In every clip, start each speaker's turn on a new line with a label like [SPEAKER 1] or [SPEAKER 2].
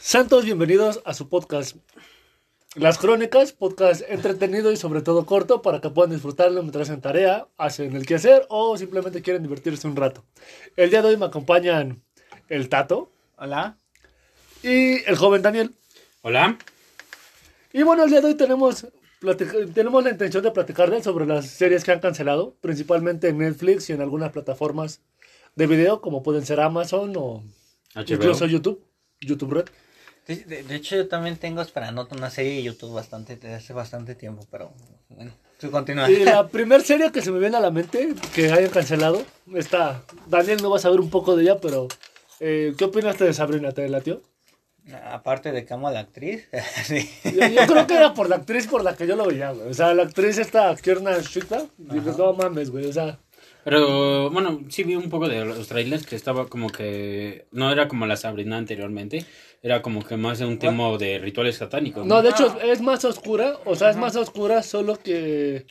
[SPEAKER 1] Santos, bienvenidos a su podcast. Las Crónicas, podcast entretenido y sobre todo corto para que puedan disfrutarlo mientras hacen tarea, hacen el quehacer o simplemente quieren divertirse un rato. El día de hoy me acompañan el Tato
[SPEAKER 2] Hola.
[SPEAKER 1] y el joven Daniel.
[SPEAKER 3] Hola.
[SPEAKER 1] Y bueno, el día de hoy tenemos, platic- tenemos la intención de platicarles sobre las series que han cancelado, principalmente en Netflix y en algunas plataformas de video como pueden ser Amazon o
[SPEAKER 3] HBO.
[SPEAKER 1] incluso YouTube, YouTube Red.
[SPEAKER 2] De, de- de hecho, yo también tengo esperando una serie de YouTube bastante, desde hace bastante tiempo, pero bueno, tú continúa.
[SPEAKER 1] Y la primera serie que se me viene a la mente que hayan cancelado, está. Daniel no va a saber un poco de ella, pero eh, ¿qué opinaste de Sabrina? ¿Te latió?
[SPEAKER 2] Aparte de que amo a la actriz, sí.
[SPEAKER 1] Yo, yo creo que era por la actriz por la que yo lo veía, güey. O sea, la actriz esta, Kierna Shikta, dije, no mames, güey. O sea,
[SPEAKER 3] Pero bueno, sí vi un poco de los trailers que estaba como que no era como la Sabrina anteriormente, era como que más de un tema de rituales satánicos.
[SPEAKER 1] no, de
[SPEAKER 2] Ah.
[SPEAKER 1] hecho es más oscura, o sea, es más oscura, solo que...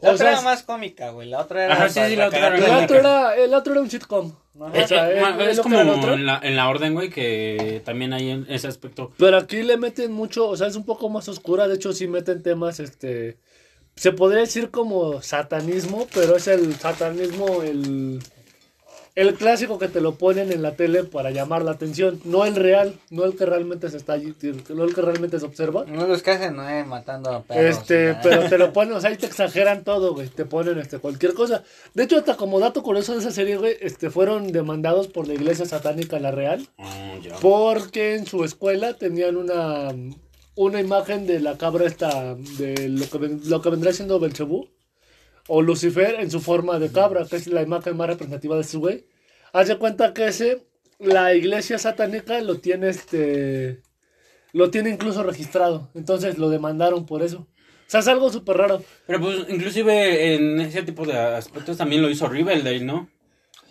[SPEAKER 2] La
[SPEAKER 1] O
[SPEAKER 2] otra
[SPEAKER 1] sea,
[SPEAKER 2] era más cómica, güey. La otra era.
[SPEAKER 3] Ajá, sí,
[SPEAKER 2] para-
[SPEAKER 3] sí, la otra
[SPEAKER 2] para
[SPEAKER 3] era-
[SPEAKER 1] el
[SPEAKER 2] cagar-
[SPEAKER 1] otro era, el otro era un sitcom. ¿no? O
[SPEAKER 3] es,
[SPEAKER 1] sea,
[SPEAKER 3] Ah, es-
[SPEAKER 1] el-
[SPEAKER 3] es
[SPEAKER 1] el otro
[SPEAKER 3] como
[SPEAKER 1] era el otro.
[SPEAKER 3] en la, en la orden, güey, que también hay en ese aspecto.
[SPEAKER 1] Pero aquí le meten mucho, o sea, es un poco más oscura. De hecho, sí meten temas, este. Se podría decir como satanismo, pero es el satanismo, el. El clásico que te lo ponen en la tele para llamar la atención. No el real, no el que realmente se está allí, no el que realmente se observa.
[SPEAKER 2] No los que hacen, no, eh, matando a perros.
[SPEAKER 1] Este,
[SPEAKER 2] ¿verdad?
[SPEAKER 1] pero te lo ponen, o sea, ahí te exageran todo, güey. Te ponen este, cualquier cosa. De hecho, hasta como dato curioso de esa serie, güey, este, fueron demandados por la iglesia satánica La Real.
[SPEAKER 3] Ah, ya.
[SPEAKER 1] Porque en su escuela tenían una, una imagen de la cabra esta, de lo que, ven- lo que vendrá siendo Belcebú o Lucifer en su forma de cabra, que es la imagen más representativa de ese güey. Hace cuenta que ese, la iglesia satánica lo tiene este, lo tiene incluso registrado, entonces lo demandaron por eso. O sea, es algo súper raro.
[SPEAKER 3] Pero pues inclusive en ese tipo de aspectos también lo hizo Riverdale, ¿no?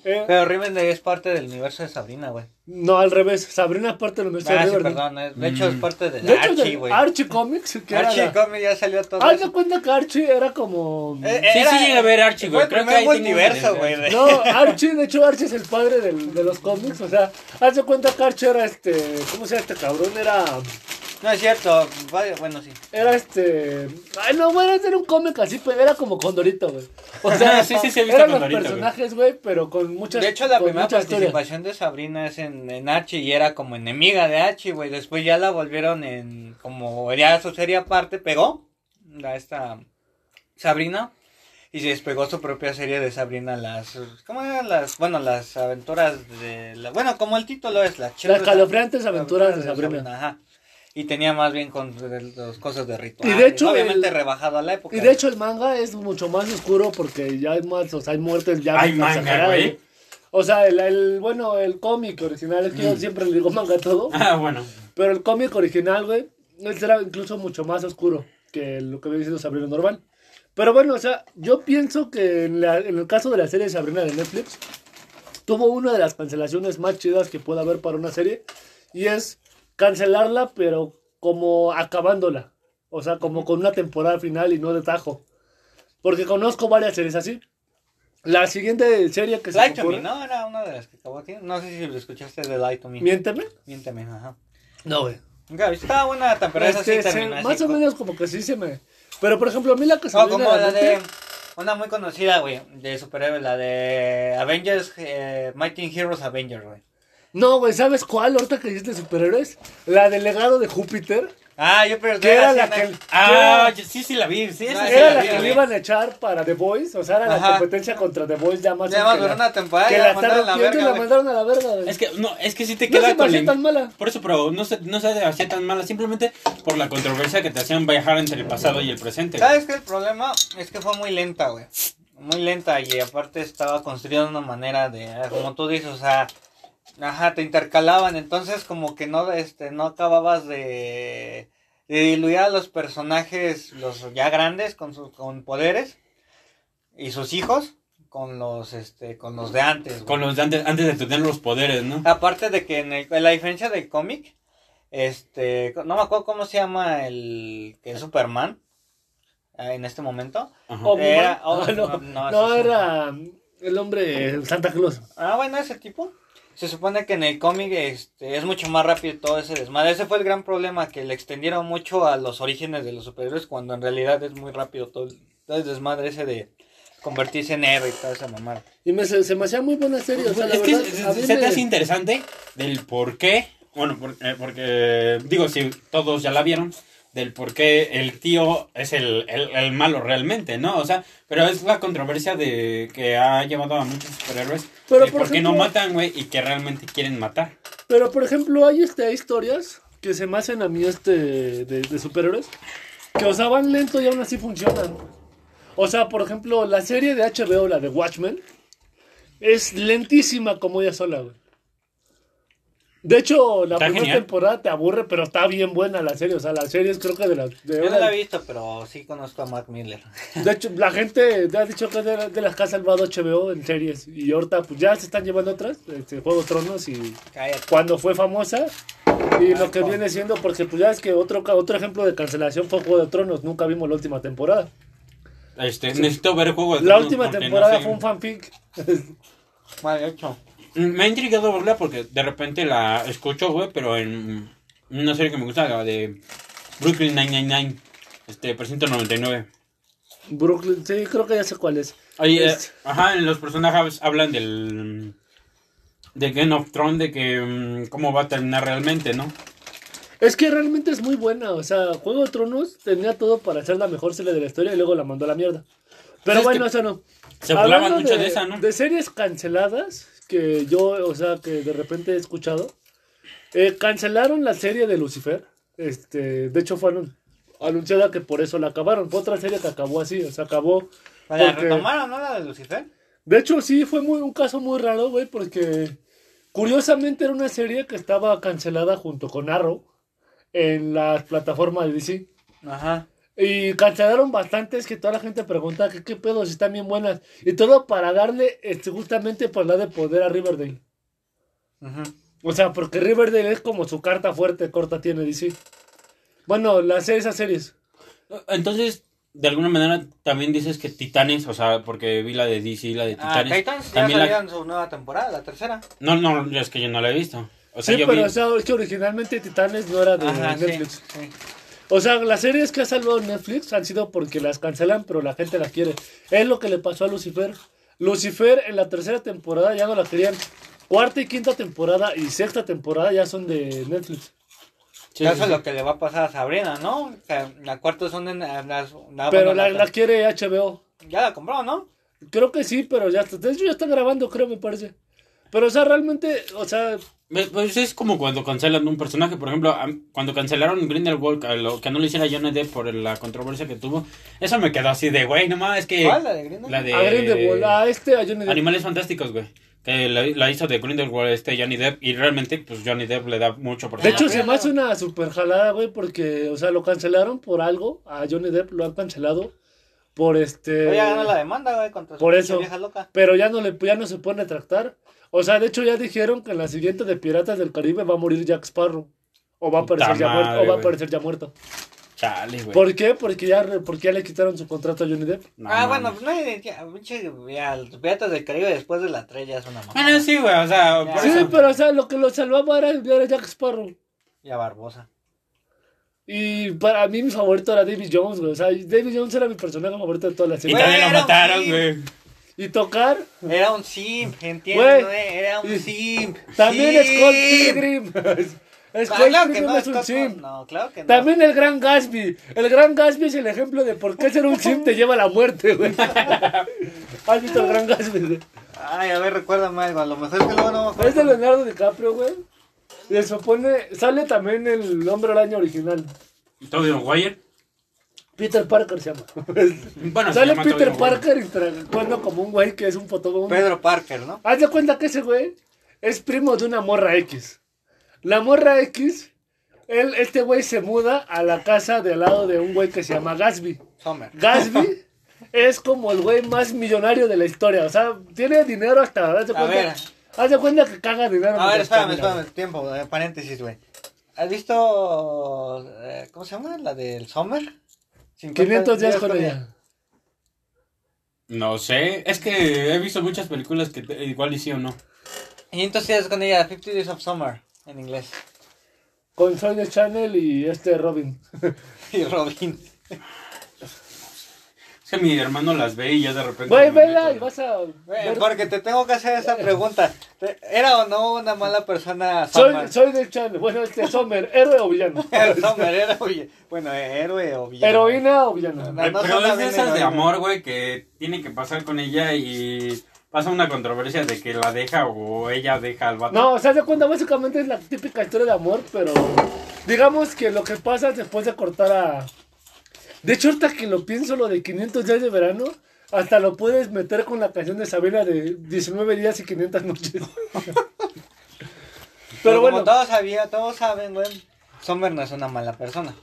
[SPEAKER 1] Eh,
[SPEAKER 2] Pero Rivendell es parte del universo de Sabrina, güey.
[SPEAKER 1] no, al revés, Sabrina es parte del universo
[SPEAKER 2] Ah,
[SPEAKER 1] de
[SPEAKER 2] sí,
[SPEAKER 1] Riverdale.
[SPEAKER 2] perdón. es- De hecho,
[SPEAKER 3] Mm.
[SPEAKER 2] es parte de,
[SPEAKER 1] De hecho,
[SPEAKER 2] Archie,
[SPEAKER 1] Archie,
[SPEAKER 2] güey.
[SPEAKER 1] Archie Comics, que era
[SPEAKER 2] Archie
[SPEAKER 1] la-
[SPEAKER 2] Comic ya salió todo.
[SPEAKER 1] Haz
[SPEAKER 2] eso.
[SPEAKER 1] de cuenta que Archie era como.
[SPEAKER 2] Eh,
[SPEAKER 3] Sí,
[SPEAKER 2] era-
[SPEAKER 3] sí llegué a ver Archie, güey.
[SPEAKER 2] Fue el
[SPEAKER 3] Creo que
[SPEAKER 2] primer
[SPEAKER 3] ahí tengo
[SPEAKER 2] multiverso,
[SPEAKER 3] un-
[SPEAKER 2] güey. de-
[SPEAKER 1] No, Archie, de hecho, Archie es el padre del- de los cómics. O sea, haz de cuenta que Archie era este. ¿Cómo se llama este cabrón? Era.
[SPEAKER 2] No es cierto. vaya, Bueno, sí.
[SPEAKER 1] Era este. Ay, no, bueno, era un cómic así, pero era como Condorito, güey. O sea,
[SPEAKER 3] Sí, sí, sí, he visto
[SPEAKER 1] eran los
[SPEAKER 3] Condorito, güey.
[SPEAKER 1] personajes, güey, pero con muchas.
[SPEAKER 2] De hecho, la
[SPEAKER 1] con
[SPEAKER 2] primera
[SPEAKER 1] mucha historia.
[SPEAKER 2] participación de Sabrina es en, en Archie y era como enemiga de Archie, güey. Después ya la volvieron en. Como ya su serie aparte pegó. La esta. Sabrina. Y se despegó su propia serie de Sabrina, las. ¿Cómo eran las.? Bueno, las aventuras de. la- bueno, como el título es, las
[SPEAKER 1] Las
[SPEAKER 2] chirres-
[SPEAKER 1] calofriantes aventuras de Sabrina.
[SPEAKER 2] Ajá. Y tenía más bien con de- los cosas de ritual.
[SPEAKER 1] Y de hecho,
[SPEAKER 2] Obviamente
[SPEAKER 1] el-
[SPEAKER 2] rebajado a la época.
[SPEAKER 1] Y de hecho el manga es mucho más oscuro porque ya hay más, o sea, hay muertes ya
[SPEAKER 3] Hay
[SPEAKER 1] más
[SPEAKER 3] manga,
[SPEAKER 1] exageradas,
[SPEAKER 3] güey.
[SPEAKER 1] ¿no? O sea, el, el- bueno, el cómic original, es que
[SPEAKER 3] Mm.
[SPEAKER 1] yo siempre le digo manga a todo,
[SPEAKER 3] Ah, bueno.
[SPEAKER 1] pero el cómic original, güey, ese era incluso mucho más oscuro que lo que viene siendo Sabrina normal. Pero bueno, o sea, yo pienso que en, la- en el caso de la serie de Sabrina de Netflix, tuvo una de las cancelaciones más chidas que puede haber para una serie, y es cancelarla, pero como acabándola. O sea, como con una temporada final y no de tajo. Porque conozco varias series así. La siguiente serie que se
[SPEAKER 2] Light
[SPEAKER 1] me
[SPEAKER 2] to Me,
[SPEAKER 1] ocurre...
[SPEAKER 2] ¿no? Era una de las que acabó aquí. No sé si lo escuchaste de Light to Me.
[SPEAKER 1] Miénteme.
[SPEAKER 2] Miénteme, ajá.
[SPEAKER 1] No, güey.
[SPEAKER 2] Nunca vi. Estaba buena, tan- pero esa sí
[SPEAKER 1] Este, se-
[SPEAKER 2] terminó así,
[SPEAKER 1] más o
[SPEAKER 2] co-
[SPEAKER 1] menos como que sí se me... Pero, por ejemplo, a mí la que se
[SPEAKER 2] No,
[SPEAKER 1] me viene
[SPEAKER 2] como
[SPEAKER 1] a la
[SPEAKER 2] la
[SPEAKER 1] mente-
[SPEAKER 2] de. Una muy conocida, güey, de superhéroes, la de Avengers, eh, Mighty Heroes Avengers, güey.
[SPEAKER 1] No, güey, ¿sabes cuál? Ahorita que dijiste superhéroes. La del legado de Júpiter.
[SPEAKER 2] Ah, yo pero
[SPEAKER 1] Que era
[SPEAKER 2] sí,
[SPEAKER 1] la
[SPEAKER 2] no-
[SPEAKER 1] que...
[SPEAKER 3] Ah, yo- sí, sí la vi. Sí, esa
[SPEAKER 2] No,
[SPEAKER 3] sí
[SPEAKER 1] Ah, Era
[SPEAKER 3] la
[SPEAKER 1] la
[SPEAKER 3] vi,
[SPEAKER 1] que le
[SPEAKER 3] güey.
[SPEAKER 1] iban a echar para The Boys, o sea, era la
[SPEAKER 2] Ajá.
[SPEAKER 1] competencia contra The Boys ya más
[SPEAKER 2] Ya
[SPEAKER 1] que
[SPEAKER 2] más duró
[SPEAKER 1] la-
[SPEAKER 2] una temporada,
[SPEAKER 1] Que
[SPEAKER 2] ya
[SPEAKER 1] la
[SPEAKER 2] la mandaron
[SPEAKER 1] mandaron,
[SPEAKER 2] a la verga,
[SPEAKER 1] la
[SPEAKER 2] güey.
[SPEAKER 1] mandaron a la verga. güey.
[SPEAKER 3] Es que no, es que sí te
[SPEAKER 1] No
[SPEAKER 3] queda
[SPEAKER 1] se me
[SPEAKER 3] con
[SPEAKER 1] hacía
[SPEAKER 3] la-
[SPEAKER 1] tan mala.
[SPEAKER 3] Por eso, pero no se, no se hacía tan mala, simplemente por la controversia que te hacían viajar entre el pasado y el presente. güey.
[SPEAKER 2] ¿Sabes qué? El problema es que fue muy lenta, güey. Muy lenta y aparte estaba construida de una manera de, ah, como tú dices, o sea, ajá, te intercalaban, entonces como que no, este, no acababas de, de diluir a los personajes, los ya grandes con sus con poderes y sus hijos con los, este, con los de antes. güey.
[SPEAKER 3] Con los de antes, antes de tener los poderes,
[SPEAKER 1] Ah,
[SPEAKER 3] ¿no?
[SPEAKER 2] Aparte de que en, el- en la diferencia del cómic, este, no me acuerdo cómo se llama el que es Superman eh, en este momento.
[SPEAKER 3] Ajá.
[SPEAKER 1] Omniman.
[SPEAKER 2] Era-
[SPEAKER 1] Ah,
[SPEAKER 2] oh,
[SPEAKER 1] no,
[SPEAKER 2] no, no,
[SPEAKER 1] no,
[SPEAKER 2] eso sí.
[SPEAKER 1] era mm, el hombre eh, Santa Claus.
[SPEAKER 2] Ah, bueno, ese tipo. se supone que en el cómic este, es mucho más rápido todo ese desmadre. Ese fue el gran problema, que le extendieron mucho a los orígenes de los superhéroes cuando en realidad es muy rápido todo, el- todo el desmadre ese de convertirse en héroe y toda esa mamada.
[SPEAKER 1] Y me, se, se me hacía muy buena serie. O sea, la
[SPEAKER 3] es que
[SPEAKER 1] verdad, a mí
[SPEAKER 3] se te
[SPEAKER 1] me-
[SPEAKER 3] hace interesante del por qué, bueno, por- eh, porque, eh, digo, si todos ya la vieron, del por qué el tío es el, el- el malo realmente, ¿no? O sea, pero es la controversia de que ha llevado a muchos superhéroes,
[SPEAKER 1] Pero,
[SPEAKER 3] de
[SPEAKER 1] por
[SPEAKER 3] por, qué no
[SPEAKER 1] ejemplo-
[SPEAKER 3] matan, güey, y que realmente quieren matar.
[SPEAKER 1] Pero por ejemplo, hay este, historias que se me hacen a mí este de, de superhéroes que o sea van lento y aún así funcionan. O sea, por ejemplo, la serie de HBO, la de Watchmen, es lentísima como ella sola, güey. De hecho, la
[SPEAKER 3] Está
[SPEAKER 1] primera
[SPEAKER 3] genial.
[SPEAKER 1] temporada te aburre, pero está bien buena la serie. O sea, la serie es creo que de la... de
[SPEAKER 2] Yo no
[SPEAKER 1] una-
[SPEAKER 2] la he visto, pero sí conozco a Mark Miller.
[SPEAKER 1] de hecho, la gente ha dicho que es de, la- de las que ha salvado HBO en series. Y ahorita pues ya se están llevando otras. Este, Juego de Tronos y
[SPEAKER 2] Cállate.
[SPEAKER 1] cuando fue famosa y lo que
[SPEAKER 2] Exacto.
[SPEAKER 1] viene siendo porque pues ya es que otro ca- otro ejemplo de cancelación fue Juego de Tronos nunca vimos la última temporada
[SPEAKER 3] Este, necesito ver Juego de
[SPEAKER 1] la
[SPEAKER 3] Tronos
[SPEAKER 1] última
[SPEAKER 3] porque no
[SPEAKER 1] temporada
[SPEAKER 3] sé.
[SPEAKER 1] fue un fanfic
[SPEAKER 2] Mal hecho.
[SPEAKER 3] Me ha intrigado verla porque de repente la escucho, güey, pero en una serie que me gusta, la de Brooklyn 999, este, por 199.
[SPEAKER 1] Brooklyn sí creo que ya sé cuál es Este,
[SPEAKER 3] Ahí, eh,
[SPEAKER 2] Este.
[SPEAKER 1] Es-
[SPEAKER 3] ajá, en los personajes hablan del. de Game of Thrones, de que. mm, cómo va a terminar realmente, ¿no?
[SPEAKER 1] es que realmente es muy buena o sea Juego de Tronos tenía todo para ser la mejor serie de la historia y luego la mandó a la mierda pero
[SPEAKER 3] Pues Es que
[SPEAKER 1] bueno eso no
[SPEAKER 3] Se burlaban
[SPEAKER 1] Hablando
[SPEAKER 3] mucho de, esa, ¿no?
[SPEAKER 1] de series canceladas que yo, o sea, que de repente he escuchado. eh, cancelaron la serie de Lucifer. Este, de hecho, fue anun- anunciada que por eso la acabaron. Fue otra serie que acabó así, o sea, acabó.
[SPEAKER 2] Bueno, la
[SPEAKER 1] porque-
[SPEAKER 2] retomaron, ¿no? La de Lucifer.
[SPEAKER 1] De hecho, sí, fue muy, un caso muy raro, güey, porque curiosamente era una serie que estaba cancelada junto con Arrow en las plataformas de DC.
[SPEAKER 2] Ajá.
[SPEAKER 1] Y cancelaron bastantes que toda la gente pregunta que qué pedo si están bien buenas. Y todo para darle este, justamente para darle poder a Riverdale.
[SPEAKER 2] Ujú.
[SPEAKER 1] O sea, porque Riverdale es como su carta fuerte, corta tiene DC. Bueno, las esas series.
[SPEAKER 3] Entonces, de alguna manera también dices que Titanes, o sea, porque vi la de DC y la de
[SPEAKER 2] Ah,
[SPEAKER 3] Titanes.
[SPEAKER 2] Titans ya
[SPEAKER 3] también la-
[SPEAKER 2] salieron su nueva temporada, la tercera.
[SPEAKER 3] No, no, es que yo no la he visto. O sea,
[SPEAKER 1] sí,
[SPEAKER 3] yo
[SPEAKER 1] pero
[SPEAKER 3] vi.
[SPEAKER 1] o sea, es que originalmente Titanes no era de
[SPEAKER 2] Ajá, sí,
[SPEAKER 1] Netflix.
[SPEAKER 2] sí.
[SPEAKER 1] O sea, las series que ha salvado Netflix han sido porque las cancelan, pero la gente las quiere. Es lo que le pasó a Lucifer. Lucifer en la tercera temporada ya no la querían. Cuarta y quinta temporada y sexta temporada ya son de Netflix.
[SPEAKER 3] Sí,
[SPEAKER 2] Ya eso
[SPEAKER 3] sí, sí.
[SPEAKER 2] es lo que le va a pasar a Sabrina, ¿no? Que La cuarta son en en las...
[SPEAKER 1] pero
[SPEAKER 2] la- Ah, bueno,
[SPEAKER 1] la,
[SPEAKER 2] la-
[SPEAKER 1] la quiere HBO.
[SPEAKER 2] Ya la compró, ¿no?
[SPEAKER 1] Creo que sí, pero ya está. De hecho, ya está grabando, creo, me parece. Pero, o sea, realmente, o sea,
[SPEAKER 3] Pues- Pues es como cuando cancelan un personaje, por ejemplo, a- cuando cancelaron Grindelwald, a lo que no le hiciera Johnny Depp por la controversia que tuvo, eso me quedó así de, güey, no mames, es que...
[SPEAKER 2] ¿Cuál? ¿La de Grindelwald?
[SPEAKER 3] La de...
[SPEAKER 1] a Ah, Grindelwald, a este, a Johnny Depp.
[SPEAKER 3] Animales Fantásticos, güey, que la, la hizo de Grindelwald este Johnny Depp, y realmente, pues Johnny Depp le da mucho por
[SPEAKER 1] De
[SPEAKER 3] encima.
[SPEAKER 1] hecho, se me hace una super jalada, güey, porque, o sea, lo cancelaron por algo. A Johnny Depp lo han cancelado por este.
[SPEAKER 2] Pero ya ganó ah, la demanda, güey, contra su
[SPEAKER 1] por
[SPEAKER 2] pinche
[SPEAKER 1] eso.
[SPEAKER 2] vieja loca.
[SPEAKER 1] pero ya no le ya no se pueden retractar. O sea, de hecho ya dijeron que en la siguiente de Piratas del Caribe va a morir Jack Sparrow o va a
[SPEAKER 3] Puta
[SPEAKER 1] aparecer ya
[SPEAKER 3] madre,
[SPEAKER 1] muerto, o va a
[SPEAKER 3] güey.
[SPEAKER 1] aparecer ya muerto.
[SPEAKER 3] Chale, güey.
[SPEAKER 1] ¿Por qué? Porque ya re- porque ya le quitaron su contrato a Johnny Depp.
[SPEAKER 3] No
[SPEAKER 2] ah,
[SPEAKER 3] mames.
[SPEAKER 2] bueno, pues no hay... ya, Pinche... ya, Los piratas del Caribe después de la 3 ya es una mamá.
[SPEAKER 3] Bueno, sí, güey, o sea,
[SPEAKER 2] Ya.
[SPEAKER 3] por
[SPEAKER 1] Sí,
[SPEAKER 3] eso.
[SPEAKER 1] pero o sea, lo que lo salvaba era, era Jack Sparrow.
[SPEAKER 2] Ya Barbosa.
[SPEAKER 1] Y para mí mi favorito era David Jones, güey. O sea, David Jones era mi personaje favorito de toda la
[SPEAKER 3] Y
[SPEAKER 1] serie.
[SPEAKER 2] Güey.
[SPEAKER 3] también lo
[SPEAKER 2] Bueno,
[SPEAKER 3] mataron,
[SPEAKER 2] sí.
[SPEAKER 3] güey.
[SPEAKER 1] Y tocar
[SPEAKER 2] Era un simp,
[SPEAKER 1] Güey.
[SPEAKER 2] ¿entiendes? güey? Era un
[SPEAKER 1] Y-
[SPEAKER 2] simp.
[SPEAKER 1] también es Scott
[SPEAKER 2] Simp.
[SPEAKER 1] Pilgrim.
[SPEAKER 2] Ah,
[SPEAKER 1] Scott
[SPEAKER 2] claro que
[SPEAKER 1] Pilgrim
[SPEAKER 2] no,
[SPEAKER 1] es un
[SPEAKER 2] Scott-
[SPEAKER 1] simp.
[SPEAKER 2] No, claro que no.
[SPEAKER 1] También el gran Gatsby. El gran Gatsby es el ejemplo de por qué ser un simp te lleva a la muerte, güey. ¿Has visto el gran Gatsby? güey?
[SPEAKER 2] Ay, a ver, recuérdame algo. A lo mejor es que luego no me acuerdo.
[SPEAKER 1] Es de Leonardo DiCaprio, güey. Le supone. Sale también el hombre araña original.
[SPEAKER 3] Tobey Maguire.
[SPEAKER 1] Peter Parker se llama.
[SPEAKER 3] Bueno, Ah, se
[SPEAKER 1] Sale
[SPEAKER 3] llama Tobey
[SPEAKER 1] Peter
[SPEAKER 3] Maguire.
[SPEAKER 1] Parker interactuando como un güey que es un fotógrafo.
[SPEAKER 2] Pedro Parker, ¿no?
[SPEAKER 1] Haz de cuenta que ese güey es primo de una morra X. La morra X, él, este güey se muda a la casa de al lado de un güey que se llama Gatsby.
[SPEAKER 2] Sommer.
[SPEAKER 1] Gatsby es como el güey más millonario de la historia. O sea, tiene dinero hasta. Haz de
[SPEAKER 2] A
[SPEAKER 1] cuenta,
[SPEAKER 2] ver.
[SPEAKER 1] haz de cuenta que caga dinero.
[SPEAKER 2] A ver,
[SPEAKER 1] mientras
[SPEAKER 2] espérame,
[SPEAKER 1] camina.
[SPEAKER 2] espérame, tiempo, eh, paréntesis, güey. ¿Has visto, eh, cómo se llama, la del Summer? 50
[SPEAKER 1] 500 días con ella.
[SPEAKER 3] No sé, es que he visto muchas películas que te- igual y sí o no.
[SPEAKER 2] Y entonces con ella, 50 Days of Summer, en inglés.
[SPEAKER 1] Con Sonia Channel y este Robin.
[SPEAKER 2] Y Robin.
[SPEAKER 3] Es que mi hermano las ve y ya de repente.
[SPEAKER 1] Güey,
[SPEAKER 3] me
[SPEAKER 1] vela
[SPEAKER 3] meto.
[SPEAKER 1] y vas a.
[SPEAKER 2] Güey,
[SPEAKER 1] ver-
[SPEAKER 2] Porque te tengo que hacer esa pregunta. ¿Era o no una mala persona
[SPEAKER 1] Soy,
[SPEAKER 2] Summer?
[SPEAKER 1] soy de Channel. Bueno, este Sommer, héroe o villano.
[SPEAKER 2] Summer era oye, bueno, héroe o villano.
[SPEAKER 1] Heroína o villano.
[SPEAKER 2] No, no
[SPEAKER 3] Pero
[SPEAKER 2] son
[SPEAKER 3] es de
[SPEAKER 2] también
[SPEAKER 3] esas de
[SPEAKER 2] heroínas.
[SPEAKER 3] amor, güey, que tiene que pasar con ella y pasa una controversia de que la deja o ella deja al vato.
[SPEAKER 1] No, o sea, de cuenta, básicamente es la típica historia de amor, pero digamos que lo que pasa después de cortar a... De hecho, ahorita que lo pienso, lo de 500 días de verano, hasta lo puedes meter con la canción de Sabina de 19 días y 500 noches.
[SPEAKER 2] Pero
[SPEAKER 1] pero
[SPEAKER 2] como
[SPEAKER 1] bueno,
[SPEAKER 2] todos sabía, todos saben, güey. Summer no es una mala persona.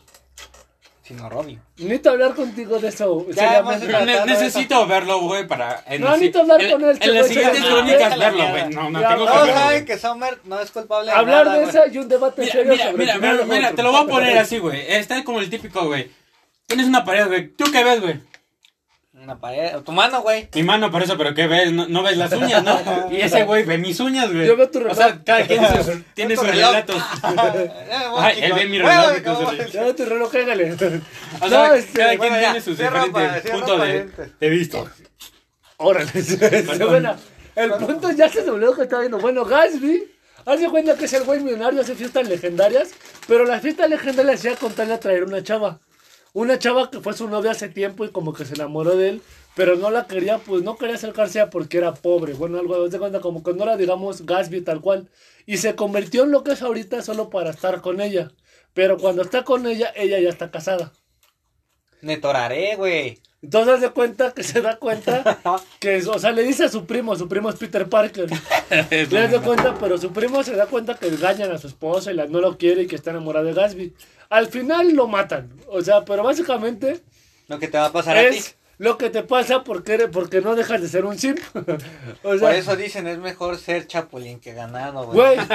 [SPEAKER 2] Sino Robin.
[SPEAKER 1] necesito hablar contigo de eso.
[SPEAKER 2] Ya
[SPEAKER 1] seriamente.
[SPEAKER 2] hemos-
[SPEAKER 3] Ne- necesito verlo, güey, para. en
[SPEAKER 1] No,
[SPEAKER 3] la si-
[SPEAKER 1] necesito hablar
[SPEAKER 3] en-
[SPEAKER 1] con él,
[SPEAKER 3] En
[SPEAKER 1] que
[SPEAKER 3] las
[SPEAKER 1] güey,
[SPEAKER 2] ya-
[SPEAKER 3] siguientes
[SPEAKER 2] vete a
[SPEAKER 3] crónicas
[SPEAKER 2] la
[SPEAKER 3] verlo,
[SPEAKER 2] mierda.
[SPEAKER 3] güey. No, no
[SPEAKER 1] Ya,
[SPEAKER 3] tengo que
[SPEAKER 1] no,
[SPEAKER 2] Todos
[SPEAKER 3] verlo.
[SPEAKER 2] saben
[SPEAKER 3] güey.
[SPEAKER 2] que Summer no es culpable de
[SPEAKER 1] hablar
[SPEAKER 2] nada,
[SPEAKER 1] de
[SPEAKER 2] güey.
[SPEAKER 1] esa y un debate
[SPEAKER 3] Mira,
[SPEAKER 1] serio
[SPEAKER 3] mira,
[SPEAKER 1] sobre
[SPEAKER 3] mira,
[SPEAKER 1] quién
[SPEAKER 3] mira,
[SPEAKER 1] es
[SPEAKER 3] mira,
[SPEAKER 1] otro.
[SPEAKER 3] te lo voy a poner así, güey. Está como el típico, güey. Tienes una pared, güey. ¿Tú qué ves, güey?
[SPEAKER 2] Una pared. o Tu mano, güey.
[SPEAKER 3] Mi mano por eso, pero ¿qué ves? No, no ves las uñas, ¿no? Y ese güey ve mis uñas, güey.
[SPEAKER 1] Yo veo tu reloj.
[SPEAKER 3] O sea, cada quien su- tiene
[SPEAKER 2] Tu
[SPEAKER 3] sus
[SPEAKER 2] reloj.
[SPEAKER 3] relatos.
[SPEAKER 2] eh, Ay,
[SPEAKER 3] él ve mi reloj, entonces-
[SPEAKER 1] Ya, tu reloj, cágale.
[SPEAKER 3] O sea,
[SPEAKER 1] No, este,
[SPEAKER 3] cada quien
[SPEAKER 2] bueno, ya,
[SPEAKER 3] tiene sus
[SPEAKER 2] cierra
[SPEAKER 3] diferentes
[SPEAKER 2] pa- cierra
[SPEAKER 3] puntos de,
[SPEAKER 2] paréntesis.
[SPEAKER 3] de visto.
[SPEAKER 1] Órale, se- se- bueno, el punto ya se me olvidó que estaba viendo. Bueno, Gatsby, hace cuenta que es el güey millonario, hace fiestas legendarias, pero las fiestas legendarias hacía contarle a traer una chava. Una chava que fue su novia hace tiempo y como que se enamoró de él, pero no la quería, pues no quería acercarse a porque era pobre. Bueno, algo haz de cuenta como que no era, digamos, Gatsby tal cual. Y se convirtió en lo que es ahorita solo para estar con ella. Pero cuando está con ella, ella ya está casada.
[SPEAKER 2] Netoraré, güey.
[SPEAKER 1] Entonces haz de cuenta que se da cuenta que, es- o sea, le dice a su primo, su primo es Peter Parker. Le das de cuenta, pero su primo se da cuenta que engañan a su esposa y la, no lo quiere y que está enamorada de Gatsby. Al final lo matan. O sea, pero básicamente
[SPEAKER 2] Lo que te va a pasar a ti.
[SPEAKER 1] es lo que te pasa porque, eres- porque no dejas de ser un simp. O sea,
[SPEAKER 2] Por eso dicen, es mejor ser chapulín que ganado, güey.
[SPEAKER 1] güey.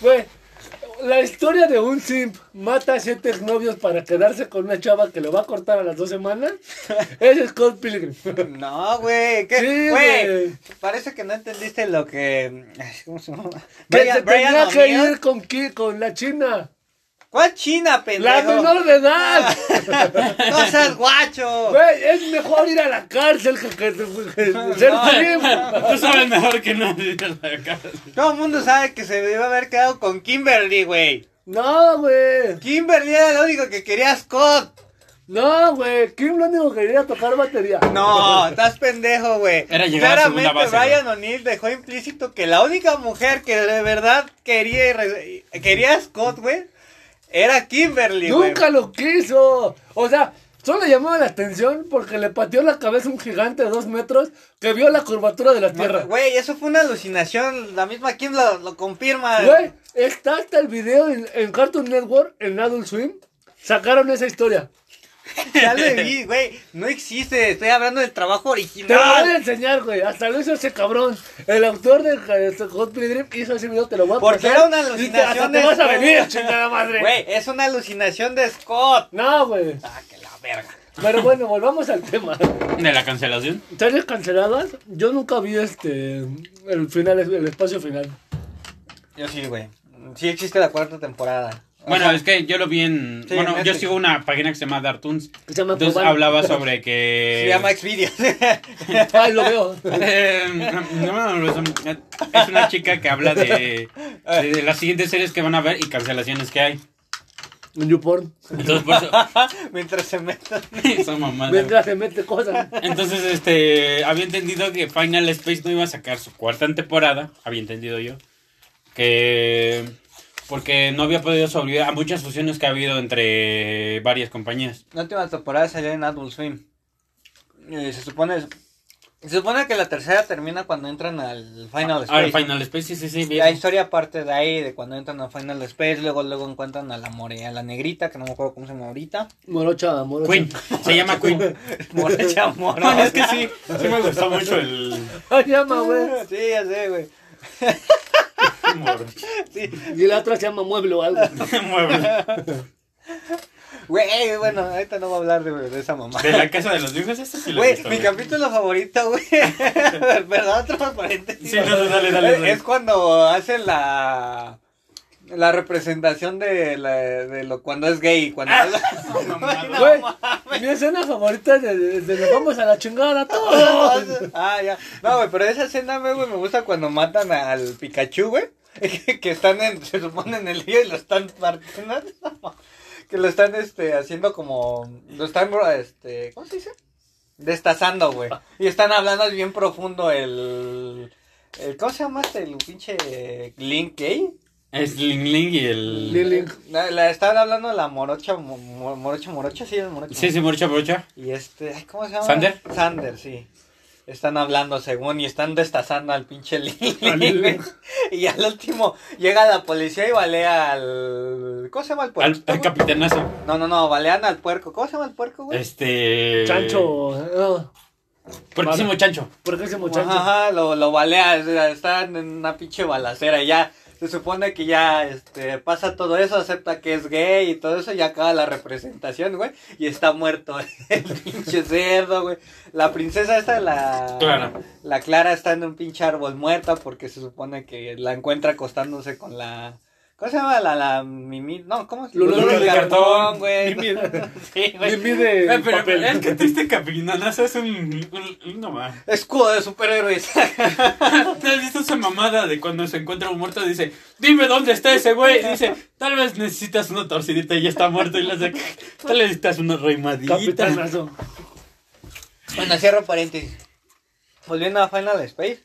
[SPEAKER 1] Güey, La historia de un simp mata a siete novios para quedarse con una chava que lo va a cortar a las dos semanas. Es Scott Pilgrim.
[SPEAKER 2] No, güey. ¿qué?
[SPEAKER 1] Sí,
[SPEAKER 2] güey.
[SPEAKER 1] güey.
[SPEAKER 2] Parece que no entendiste lo que... ay, ¿Cómo se llama?
[SPEAKER 1] Que
[SPEAKER 2] Brian,
[SPEAKER 1] se
[SPEAKER 2] Brian
[SPEAKER 1] tenía que
[SPEAKER 2] O'Neill.
[SPEAKER 1] ir con, qui- con la china.
[SPEAKER 2] ¿Cuál china,
[SPEAKER 1] La
[SPEAKER 2] pendejo?
[SPEAKER 1] menor de edad.
[SPEAKER 2] no seas guacho.
[SPEAKER 1] Güey, es mejor ir a la cárcel que, que- que- que ser
[SPEAKER 2] No.
[SPEAKER 1] simp.
[SPEAKER 3] Tú sabes mejor que nadie de la casa.
[SPEAKER 2] Todo el mundo sabe que se debió haber quedado con Kimberly, güey.
[SPEAKER 1] No, güey.
[SPEAKER 2] Kimberly era lo único que quería a Scott.
[SPEAKER 1] No, güey. Kim lo único que quería era tocar batería.
[SPEAKER 2] No, estás pendejo, güey.
[SPEAKER 3] Era llegar a
[SPEAKER 2] Claramente
[SPEAKER 3] segunda base,
[SPEAKER 2] Brian O'Neill dejó implícito que la única mujer que de verdad quería, y re- y- quería a Scott, güey, era Kimberly, güey.
[SPEAKER 1] Nunca lo quiso. O sea, solo le llamaba la atención porque le pateó la cabeza un gigante de dos metros que vio la curvatura de la tierra.
[SPEAKER 2] Güey, eso fue una alucinación. La misma Kim lo, lo confirma.
[SPEAKER 1] Güey, está hasta el video en, en Cartoon Network, en Adult Swim. Sacaron esa historia.
[SPEAKER 2] Ya lo vi, güey. No existe. Estoy hablando del trabajo
[SPEAKER 1] Te lo voy a
[SPEAKER 2] original.
[SPEAKER 1] enseñar, güey. Hasta lo hizo ese cabrón. El autor de eh, Hot Pilgrim hizo ese video, te lo voy a
[SPEAKER 2] Porque
[SPEAKER 1] pasar.
[SPEAKER 2] era una
[SPEAKER 1] Y te- hasta
[SPEAKER 2] alucinación
[SPEAKER 1] te
[SPEAKER 2] de
[SPEAKER 1] vas a venir,
[SPEAKER 2] Scott.
[SPEAKER 1] chingada madre.
[SPEAKER 2] Güey, es una alucinación de Scott.
[SPEAKER 1] No, güey.
[SPEAKER 2] Ah, que la verga.
[SPEAKER 1] Pero bueno, volvamos al tema.
[SPEAKER 3] ¿De la cancelación?
[SPEAKER 1] ¿Series canceladas? Yo nunca vi este. El final, el espacio final.
[SPEAKER 2] Yo sí, güey. Sí existe la cuarta temporada. O
[SPEAKER 3] Bueno,
[SPEAKER 2] sea,
[SPEAKER 3] es que yo lo vi en.
[SPEAKER 2] Sí, en
[SPEAKER 3] bueno, yo
[SPEAKER 2] Netflix.
[SPEAKER 3] sigo una página que se llama Dartoons.
[SPEAKER 1] Que se llama
[SPEAKER 3] Entonces
[SPEAKER 1] Cubano.
[SPEAKER 3] hablaba sobre que.
[SPEAKER 2] se llama Xvideos.
[SPEAKER 1] Ay, lo veo.
[SPEAKER 3] Eh, no, no, no, es- es una chica que habla de, de las siguientes series que van a ver y cancelaciones que hay.
[SPEAKER 1] En YouPorn.
[SPEAKER 3] Entonces, por eso.
[SPEAKER 2] Mientras se metan.
[SPEAKER 3] esa mamada.
[SPEAKER 1] Mientras se mete cosas.
[SPEAKER 3] Entonces, este, había entendido que Final Space no iba a sacar su cuarta temporada, había entendido yo, que porque no había podido sobrevivir a muchas fusiones que ha habido entre varias compañías.
[SPEAKER 2] La última temporada salió en Adult Swim. Eh, se supone. Se supone que la tercera termina cuando entran al Final Space.
[SPEAKER 3] Ahora Ah, Final Space, sí, sí, sí.
[SPEAKER 2] La historia aparte de ahí, de cuando entran a Final Space, luego luego encuentran a la more, a la negrita, que no me acuerdo cómo se llama ahorita.
[SPEAKER 1] Morocha, morocha.
[SPEAKER 3] Queen, se llama Queen.
[SPEAKER 2] Morecha
[SPEAKER 3] Bueno,
[SPEAKER 2] mora.
[SPEAKER 3] Ah, es que sí, sí me gustó mucho el
[SPEAKER 1] Ay, llama, güey.
[SPEAKER 2] Sí, ya sé, güey.
[SPEAKER 3] humor.
[SPEAKER 2] Sí.
[SPEAKER 1] Y la otra se llama Mueble o algo.
[SPEAKER 3] mueble.
[SPEAKER 2] Güey, bueno, ahorita no voy a hablar de, de esa mamá.
[SPEAKER 3] De la casa de los dibujos, este sí lo he
[SPEAKER 2] Güey,
[SPEAKER 3] visto,
[SPEAKER 2] mi
[SPEAKER 3] güey.
[SPEAKER 2] capítulo favorito, güey. ¿Verdad? Otro paréntesis.
[SPEAKER 3] Sí, no, no, dale, dale,
[SPEAKER 2] Es-
[SPEAKER 3] dale.
[SPEAKER 2] Es cuando hace la. La representación de, la- de lo cuando es gay. Cuando
[SPEAKER 3] Ah. mamada.
[SPEAKER 1] Güey, mi escena favorita de, de- de nos vamos a la chingada todos.
[SPEAKER 2] Ah, ya. No, güey, pero esa escena, güey, güey, me gusta cuando matan al Pikachu, güey. Que están en, se supone en el lío y lo están partiendo. Que lo están, este, haciendo como, lo están, bro, este, ¿cómo se dice? Destazando, güey. Y están hablando bien profundo el, el ¿cómo se llama este, el pinche eh, Link gay?
[SPEAKER 3] Es Ling Ling y el.
[SPEAKER 1] Lin Link.
[SPEAKER 2] La, la- estaban hablando la morocha, mo- mo- morocha, morocha, sí, es morocha.
[SPEAKER 3] Sí, sí, Morcha Morcha.
[SPEAKER 2] Y este, ay, ¿cómo se llama?
[SPEAKER 3] ¿Sander?
[SPEAKER 2] Sander, sí. Están hablando según y están destazando al pinche
[SPEAKER 1] Al Link.
[SPEAKER 2] Link. y al último llega la policía y balea al. ¿Cómo se llama el puerco?
[SPEAKER 3] Al, al capitanazo.
[SPEAKER 2] No, no, no, balean al puerco. ¿Cómo se llama el puerco, güey?
[SPEAKER 3] Este.
[SPEAKER 1] Chancho. no,
[SPEAKER 3] Porquísimo Chancho.
[SPEAKER 1] ¿Por qué ese muchacho?
[SPEAKER 2] Ajá, ajá, lo, lo balea, o sea, están en una pinche balacera y ya. Se supone que ya este, pasa todo eso, acepta que es gay y todo eso, y acaba la representación, güey. Y está muerto el pinche cerdo, güey. La princesa esta, la
[SPEAKER 3] Clara.
[SPEAKER 2] la Clara está en un pinche árbol muerta porque se supone que la encuentra acostándose con la... ¿Cómo se llama? La, la Mimi... No, ¿cómo es?
[SPEAKER 1] Lulú
[SPEAKER 2] Lulú
[SPEAKER 1] de
[SPEAKER 3] cartón,
[SPEAKER 2] güey.
[SPEAKER 1] Mimi de-
[SPEAKER 2] Sí, güey.
[SPEAKER 1] Mimi de
[SPEAKER 3] Ay, Eh, pero
[SPEAKER 1] papel.
[SPEAKER 3] es que triste capitanazo es un. un, un- no más.
[SPEAKER 2] Escudo de superhéroes.
[SPEAKER 3] ¿Te has visto esa mamada de cuando se encuentra un muerto? Dice, dime dónde está ese güey. Dice, tal vez necesitas una torcidita y ya está muerto. Y le hace, tal vez necesitas una reimadita.
[SPEAKER 1] Capitanazo.
[SPEAKER 2] Bueno, cierro paréntesis. Volviendo a Final Space.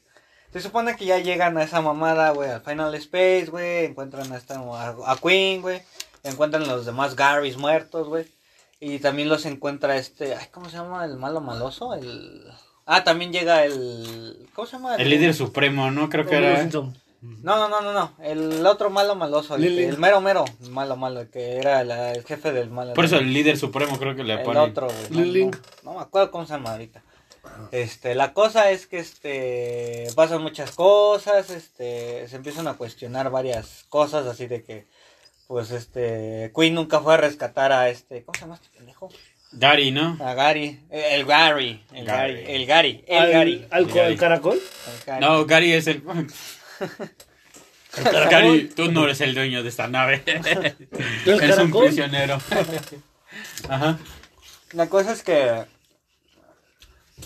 [SPEAKER 2] Se supone que ya llegan a esa mamada, güey, al Final Space, güey. Encuentran a, esta, a, a Queen, güey. Encuentran a los demás Garys muertos, güey. Y también los encuentra este. Ay, ¿Cómo se llama? El malo maloso. El... Ah, también llega el. ¿Cómo se llama?
[SPEAKER 3] El líder supremo, ¿no? Creo que
[SPEAKER 1] Homero
[SPEAKER 3] era. eh?
[SPEAKER 1] Simpson.
[SPEAKER 2] No, no, no, no, no. El otro malo maloso. El,
[SPEAKER 1] Lily.
[SPEAKER 2] el mero mero. Malo malo. Que era la- el jefe del malo.
[SPEAKER 3] Por eso el líder supremo creo que le
[SPEAKER 2] El
[SPEAKER 3] pone.
[SPEAKER 2] otro, güey. No,
[SPEAKER 1] Link.
[SPEAKER 2] no- no me acuerdo cómo se llama ahorita. Este, la cosa es que este pasan muchas cosas, este, se empiezan a cuestionar varias cosas, así de que pues este Queen nunca fue a rescatar a este, ¿cómo se llama este pendejo?
[SPEAKER 3] Gary, ¿no?
[SPEAKER 2] A Gary, eh, el Gary, el
[SPEAKER 3] Gary.
[SPEAKER 2] Gary, el Gary, el
[SPEAKER 1] Al,
[SPEAKER 2] Gary.
[SPEAKER 1] al
[SPEAKER 3] El
[SPEAKER 1] co-
[SPEAKER 3] Gary.
[SPEAKER 1] caracol.
[SPEAKER 2] el Gary.
[SPEAKER 3] No, Gary es el. Gary, tú no eres el dueño de esta nave.
[SPEAKER 1] El
[SPEAKER 3] eres un
[SPEAKER 1] caracol.
[SPEAKER 3] prisionero. Ajá.
[SPEAKER 2] La cosa es que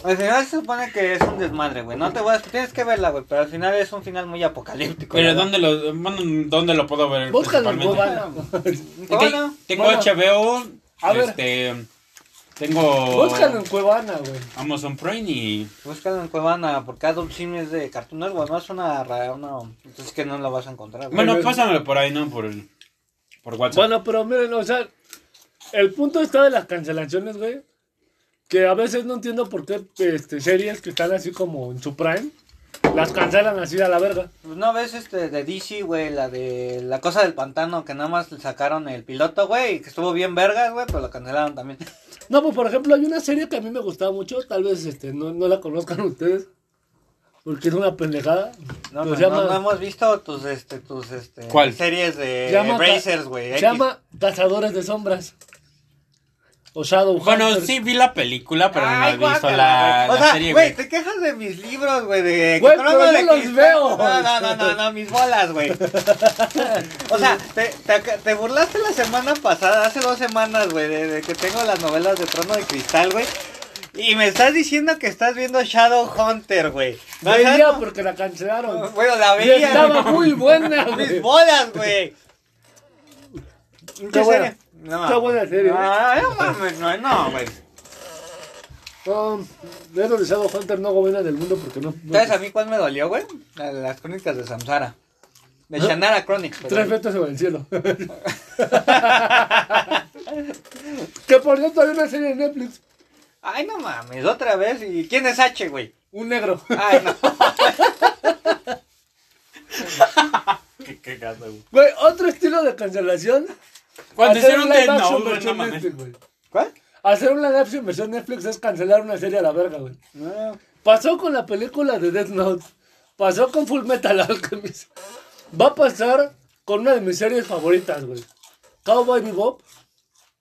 [SPEAKER 2] al final se supone que es un desmadre, güey. No te voy a tienes que verla, güey, pero al final es un final muy apocalíptico. la
[SPEAKER 3] Pero
[SPEAKER 2] verdad.
[SPEAKER 3] ¿dónde lo, bueno, ¿dónde lo puedo ver?
[SPEAKER 1] Búscalo en
[SPEAKER 3] principalmente?
[SPEAKER 1] Google.
[SPEAKER 3] Te-
[SPEAKER 2] Bueno,
[SPEAKER 3] tengo
[SPEAKER 1] bueno.
[SPEAKER 3] HBO.
[SPEAKER 1] A ver.
[SPEAKER 3] Este, tengo.
[SPEAKER 1] Búscalo en Cuevana, güey.
[SPEAKER 3] Amazon Prime y.
[SPEAKER 2] Búscalo en Cuevana, porque Adult Swim es de Cartoon Network, no es una ra- una- entonces que no la vas a encontrar. güey.
[SPEAKER 3] Bueno,
[SPEAKER 1] Bueno,
[SPEAKER 3] pásamelo por ahí, ¿no? Por, el- por WhatsApp.
[SPEAKER 1] Bueno, pero miren, o sea, el punto está de las cancelaciones, güey. Que a veces no entiendo por qué este, series que están así como en su prime las cancelan así a la verga.
[SPEAKER 2] Pues no ves este de DC, güey, la de la cosa del pantano, que nada más le sacaron el piloto, güey, y que estuvo bien vergas, güey, pero lo cancelaron también.
[SPEAKER 1] No, pues por ejemplo, hay una serie que a mí me gustaba mucho, tal vez este, no, no la conozcan ustedes, porque es una pendejada. Pero
[SPEAKER 2] No, no,
[SPEAKER 1] se Pues llama,
[SPEAKER 2] no, no hemos visto tus, este, tus, este,
[SPEAKER 3] ¿Cuál?
[SPEAKER 2] series de
[SPEAKER 1] se llama Ca-
[SPEAKER 2] Brazers, eh, güey.
[SPEAKER 1] Se
[SPEAKER 2] X.
[SPEAKER 1] llama Cazadores de Sombras. O Shadow
[SPEAKER 3] Bueno,
[SPEAKER 1] Hunters.
[SPEAKER 3] sí vi la película, pero
[SPEAKER 2] Ay,
[SPEAKER 3] no he visto
[SPEAKER 2] guácala, güey.
[SPEAKER 3] la, la
[SPEAKER 2] O sea,
[SPEAKER 3] serie,
[SPEAKER 2] güey,
[SPEAKER 3] güey.
[SPEAKER 2] te quejas de mis libros, güey, de...
[SPEAKER 1] Güey,
[SPEAKER 2] que
[SPEAKER 1] pero
[SPEAKER 2] trono
[SPEAKER 1] yo
[SPEAKER 2] de
[SPEAKER 1] los
[SPEAKER 2] cristal.
[SPEAKER 1] veo.
[SPEAKER 2] No, no, no, no, no, mis bolas, güey. O sea, te, te, te burlaste la semana pasada, hace dos semanas, güey, de, de que tengo las novelas de Trono de Cristal, güey. Y me estás diciendo que estás viendo Shadow Hunter, güey. No, o sea,
[SPEAKER 1] Veía
[SPEAKER 2] no-
[SPEAKER 1] porque la cancelaron.
[SPEAKER 2] Bueno, la
[SPEAKER 1] Y
[SPEAKER 2] veía.
[SPEAKER 1] estaba muy buena,
[SPEAKER 2] Mis
[SPEAKER 1] güey.
[SPEAKER 2] bolas, güey.
[SPEAKER 1] Está buena.
[SPEAKER 2] No,
[SPEAKER 1] Está buena serie,
[SPEAKER 2] No,
[SPEAKER 1] güey.
[SPEAKER 2] no mames, no, no, güey.
[SPEAKER 1] Um, eso de Shadow Hunter no gobierna del mundo porque no. no-
[SPEAKER 2] ¿Sabes a mí cuál me dolió, güey? La de las crónicas de Samsara. De Shannara Chronics.
[SPEAKER 1] Tres
[SPEAKER 2] perdón.
[SPEAKER 1] veces sobre el cielo. que por cierto hay una serie de Netflix.
[SPEAKER 2] Ay, no mames, otra vez. ¿Y quién es H, güey?
[SPEAKER 1] Un negro.
[SPEAKER 2] Ay, no.
[SPEAKER 3] Qué- qué gato, güey.
[SPEAKER 1] Güey, otro estilo de cancelación.
[SPEAKER 3] Cuando
[SPEAKER 1] Hacer
[SPEAKER 3] hicieron
[SPEAKER 1] un live
[SPEAKER 3] Death
[SPEAKER 1] action este.
[SPEAKER 3] Note, güey, no
[SPEAKER 1] versión
[SPEAKER 3] mames.
[SPEAKER 1] Netflix, güey.
[SPEAKER 2] ¿Cuál?
[SPEAKER 1] Hacer una live action versión Netflix es cancelar una serie a la verga, güey.
[SPEAKER 2] No.
[SPEAKER 1] Pasó con la película de Death Note. Pasó con Full Metal Alchemist. Va a pasar con una de mis series favoritas, güey. Cowboy Bebop.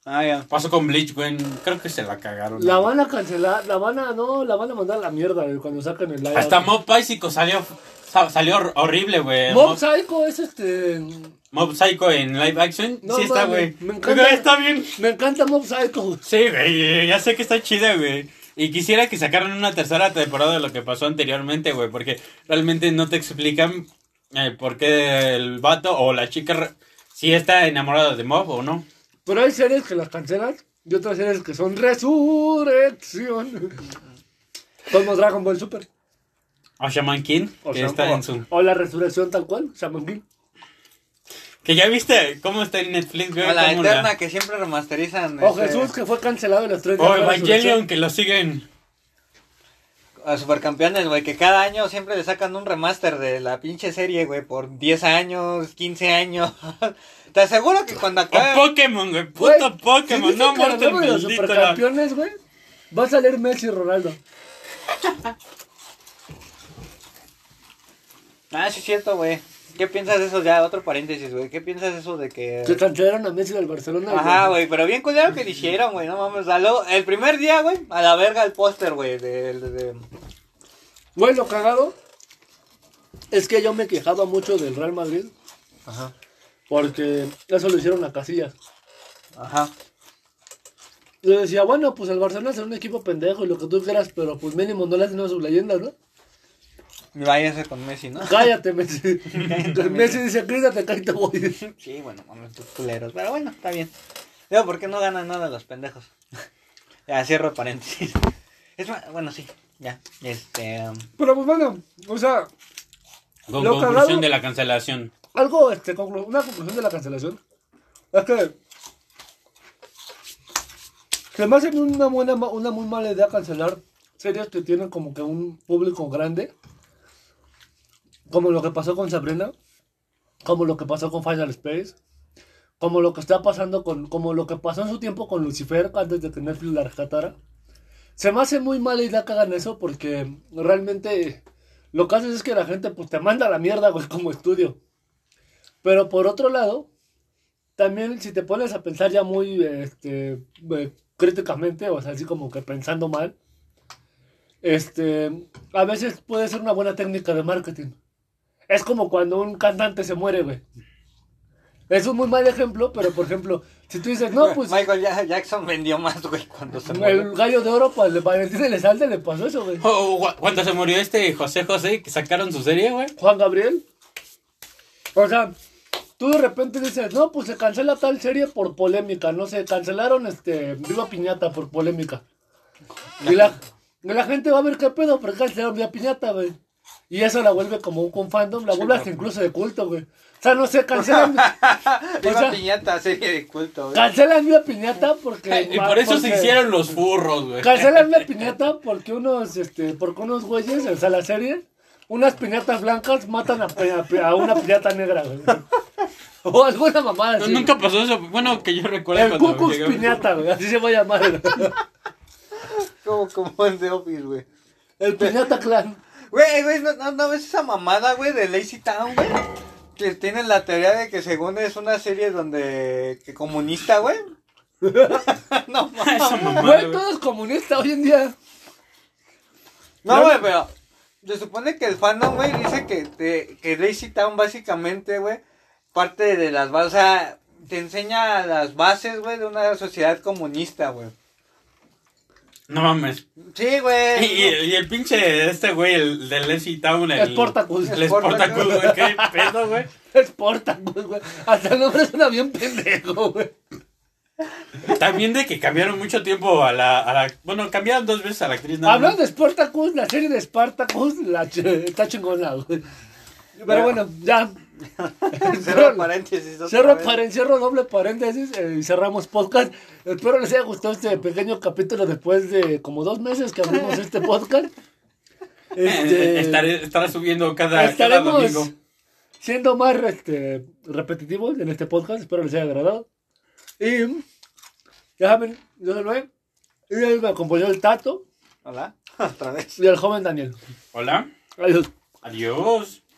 [SPEAKER 2] Ah, ya.
[SPEAKER 3] Pasó con Bleach, güey. Creo que se la cagaron.
[SPEAKER 1] La van a cancelar, la van a, no, la van a mandar a la mierda güey, cuando sacan el live.
[SPEAKER 3] Hasta
[SPEAKER 1] action.
[SPEAKER 3] Mob Psycho salió, sa- salió hor- horrible, güey.
[SPEAKER 1] Mob
[SPEAKER 3] Mob,
[SPEAKER 1] Psycho es este.
[SPEAKER 3] Mob Psycho en live action.
[SPEAKER 1] No,
[SPEAKER 3] sí está,
[SPEAKER 1] mames,
[SPEAKER 3] güey.
[SPEAKER 1] me encanta.
[SPEAKER 3] Está bien.
[SPEAKER 1] Me encanta Mob Psycho. güey.
[SPEAKER 3] Sí, güey. Ya sé que está chida, güey. Y quisiera que sacaran una tercera temporada de lo que pasó anteriormente, güey. Porque realmente no te explican eh, por qué el vato o la chica re- si está enamorada de Mob o no.
[SPEAKER 1] Pero hay series que las cancelan y otras series que son resurrección. Como Dragon Ball Super.
[SPEAKER 3] O Shaman King,
[SPEAKER 1] O,
[SPEAKER 3] que
[SPEAKER 1] sea,
[SPEAKER 3] está
[SPEAKER 1] o-
[SPEAKER 3] en su...
[SPEAKER 1] o la resurrección tal cual, Shaman King.
[SPEAKER 3] Que ya viste cómo está en Netflix, güey.
[SPEAKER 2] O la
[SPEAKER 3] cómo
[SPEAKER 2] eterna que siempre remasterizan.
[SPEAKER 1] O
[SPEAKER 2] este,
[SPEAKER 1] Oh, Jesús que fue cancelado en los tres días
[SPEAKER 3] O
[SPEAKER 1] de la resurrección.
[SPEAKER 3] Oh, Evangelion, que lo siguen.
[SPEAKER 2] A Supercampeones, güey, que cada año siempre le sacan un remaster de la pinche serie, güey, por 10 años, 15 años. Te aseguro que cuando
[SPEAKER 3] O
[SPEAKER 2] acabe...
[SPEAKER 3] Pokémon, güey.
[SPEAKER 1] Güey,
[SPEAKER 3] Puto
[SPEAKER 1] si
[SPEAKER 3] Pokémon.
[SPEAKER 1] dicen
[SPEAKER 3] No
[SPEAKER 1] que la
[SPEAKER 3] muerto el
[SPEAKER 1] nueva de los
[SPEAKER 3] maldito. la-
[SPEAKER 1] supercampeones, güey. Va a salir Messi y Ronaldo.
[SPEAKER 2] Ah, sí es cierto, güey. ¿Qué piensas de eso? Ya, otro paréntesis, güey. ¿Qué piensas de eso de que...
[SPEAKER 1] Se cancelaron a Messi del Barcelona.
[SPEAKER 2] Ajá, güey, pero bien cuidado que dijeron, güey, no mames. a lo- El primer día, güey, a la verga el póster, güey, del... De,
[SPEAKER 1] Güey, lo cagado es que yo me quejaba mucho del Real Madrid
[SPEAKER 2] Ajá.
[SPEAKER 1] porque eso lo hicieron a Casillas.
[SPEAKER 2] Ajá.
[SPEAKER 1] Yo decía, bueno, pues el Barcelona será un equipo pendejo y lo que tú quieras, pero pues mínimo no le hacen a sus leyendas, ¿no?
[SPEAKER 2] Y váyase con Messi, ¿no?
[SPEAKER 1] Cállate, Messi. Messi dice, quédate, cállate, güey.
[SPEAKER 2] Sí, bueno, mames, tus culeros. Pero bueno, está bien. Digo, ¿por qué no ganan nada los pendejos? ya, cierro paréntesis. Es ma- bueno, sí, ya. Este. um,
[SPEAKER 1] Pero pues bueno, o sea,
[SPEAKER 3] Con
[SPEAKER 1] Lo
[SPEAKER 3] conclusión
[SPEAKER 1] cagado-
[SPEAKER 3] de la cancelación.
[SPEAKER 1] algo, este, conclu- una conclusión de la cancelación es que se me hace una buena, ma- una muy mala idea cancelar series que tienen como que un público grande, como lo que pasó con Sabrina, como lo que pasó con Final Space, como lo que está pasando con, como lo que pasó en su tiempo con Lucifer antes de que Netflix la rescatara. Se me hace muy mala idea que hagan eso porque realmente lo que haces es que la gente pues te manda a la mierda, güey, como estudio. Pero por otro lado, también si te pones a pensar ya muy este, eh, críticamente, o sea, así como que pensando mal, este, a veces puede ser una buena técnica de marketing. Es como cuando un cantante se muere, güey. Es un muy mal ejemplo, pero por ejemplo, si tú dices, no, pues
[SPEAKER 2] Michael Ja- Jackson vendió más, güey, cuando se murió.
[SPEAKER 1] el gallo de oro pues, para el Valentín Elizalde le pasó eso, güey.
[SPEAKER 3] Oh, gua- cuando se murió este José José, que sacaron su serie, güey.
[SPEAKER 1] Juan Gabriel. O sea, tú de repente dices, no, pues se cancela tal serie por polémica, no sé, cancelaron este Viva Piñata por polémica. Y la, y la gente va a ver qué pedo, pero cancelaron Viva Piñata, güey. Y eso la vuelve como un con fandom, la vuelve hasta incluso de culto, güey. O sea, no sé, cancelan,
[SPEAKER 2] Viva
[SPEAKER 1] o sea-
[SPEAKER 2] Piñata, serie de culto, güey.
[SPEAKER 1] cancelan Viva Piñata porque...
[SPEAKER 3] Y por eso se
[SPEAKER 1] porque-
[SPEAKER 3] hicieron los furros, güey.
[SPEAKER 1] Cancelan la piñata porque unos, este, porque unos güeyes, o sea, la serie, unas piñatas blancas matan a, pe- a pe- a una piñata negra, güey. O alguna mamada
[SPEAKER 3] No,
[SPEAKER 1] así.
[SPEAKER 3] nunca pasó eso. Bueno, que yo recuerdo
[SPEAKER 1] El
[SPEAKER 3] cuando
[SPEAKER 1] cucus
[SPEAKER 3] llegaba-
[SPEAKER 1] piñata, güey, así se va a llamar. güey.
[SPEAKER 2] Como, como en The Office, güey.
[SPEAKER 1] El piñata clan.
[SPEAKER 2] Güey, güey, ¿no, no, no ves esa mamada, güey, de Lazy Town, güey? Que tienen la teoría de que según es una serie donde... que comunista, güey. no
[SPEAKER 3] Esa
[SPEAKER 2] mames.
[SPEAKER 3] mamada,
[SPEAKER 1] Güey,
[SPEAKER 3] güey.
[SPEAKER 1] todo es comunista hoy en día.
[SPEAKER 2] No, güey, pero... Se supone que el fandom, güey, dice que, te- que Lazy Town básicamente, güey, parte de las bases... O sea, te enseña las bases, güey, de una sociedad comunista, güey.
[SPEAKER 3] No mames.
[SPEAKER 2] Sí,
[SPEAKER 3] Y,
[SPEAKER 2] güey.
[SPEAKER 3] y- y el pinche este güey, el del Lexi Town, el.
[SPEAKER 1] Es Portacus.
[SPEAKER 3] El Sportacus, güey. Qué pedo, güey.
[SPEAKER 1] Es Portacus, güey. Hasta el nombre suena bien pendejo, güey.
[SPEAKER 3] También de que cambiaron mucho tiempo a la. A la bueno, cambiaron dos veces a la actriz. nada más.
[SPEAKER 1] Hablando de Sportacus, la serie de Spartacus la ch- está chingona, güey. Pero bueno, ya.
[SPEAKER 2] Cerro paréntesis. otra
[SPEAKER 1] Cierro,
[SPEAKER 2] vez.
[SPEAKER 1] paren- cierro doble paréntesis eh, y cerramos podcast. Espero les haya gustado este pequeño capítulo después de como dos meses que abrimos este podcast. Este,
[SPEAKER 3] Eh, estaré- estará subiendo cada, cada
[SPEAKER 1] estaremos
[SPEAKER 3] domingo.
[SPEAKER 1] siendo más este, repetitivos en este podcast. Espero les haya agradado. Y ya saben, yo soy Noé. Y hoy me acompañó el Tato
[SPEAKER 2] Hola, otra vez.
[SPEAKER 1] y el joven Daniel.
[SPEAKER 3] Hola.
[SPEAKER 1] Adiós.
[SPEAKER 3] Adiós.